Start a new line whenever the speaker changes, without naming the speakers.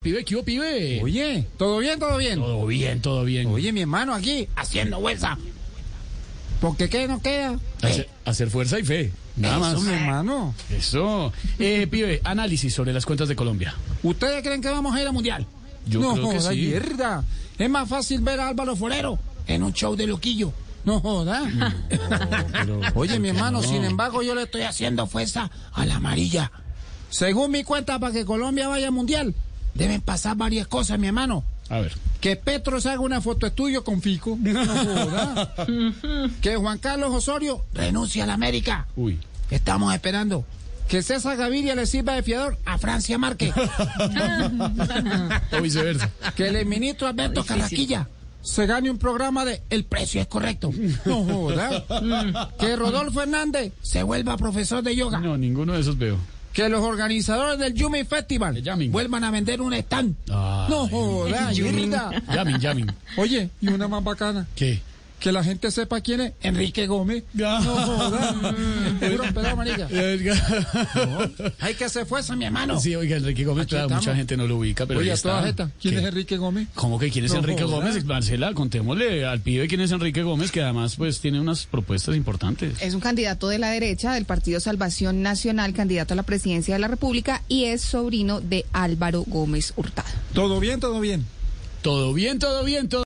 Pibe, ¿qué hubo, pibe?
Oye, ¿todo bien, todo bien?
Todo bien, todo bien.
Oye, mi hermano aquí, haciendo fuerza. Porque qué no queda. Eh,
Hacer, hacer fuerza y fe. Nada
Eso,
más.
mi hermano.
Eso. Eh, pibe, análisis sobre las cuentas de Colombia.
¿Ustedes creen que vamos a ir al mundial?
Yo
no
creo que
joda,
sí.
mierda. Es más fácil ver a Álvaro Forero en un show de loquillo. No joda.
Mm.
Oye, mi hermano, sin embargo, yo le estoy haciendo fuerza a la amarilla. Según mi cuenta, para que Colombia vaya al mundial, deben pasar varias cosas, mi hermano.
A ver.
Que Petro se haga una foto estudio con Fico. No joda. que Juan Carlos Osorio renuncie a la América.
Uy.
Estamos esperando que César Gaviria le sirva de fiador a Francia Márquez.
O viceversa.
que el ministro Alberto Carraquilla se gane un programa de El precio es correcto. No joda. que Rodolfo Hernández se vuelva profesor de yoga.
No, ninguno de esos veo.
Que los organizadores del Yumi Festival
El Yumin.
vuelvan a vender un stand.
Ay.
no joda, mierda.
Yamin, Yamin.
Oye, y una más bacana.
¿Qué?
Que la gente sepa quién es Enrique Gómez.
Ya.
No joda. Puro pelado, marica. Hay que hacer fuerza, mi hermano.
Sí, oiga, Enrique Gómez,
Aquí
claro,
estamos.
mucha gente no lo ubica, pero
Oye,
ahí
a
está.
toda jeta, ¿quién
¿Qué?
es Enrique Gómez?
¿Cómo que quién es
No
Enrique
joda.
Gómez? Marcela, contémosle al pibe quién es Enrique Gómez, que además pues tiene unas propuestas importantes.
Es un candidato de la derecha del Partido Salvación Nacional, candidato a la presidencia de la República y es sobrino de Álvaro Gómez Hurtado.
Todo bien, todo bien.
Todo bien, todo bien, todo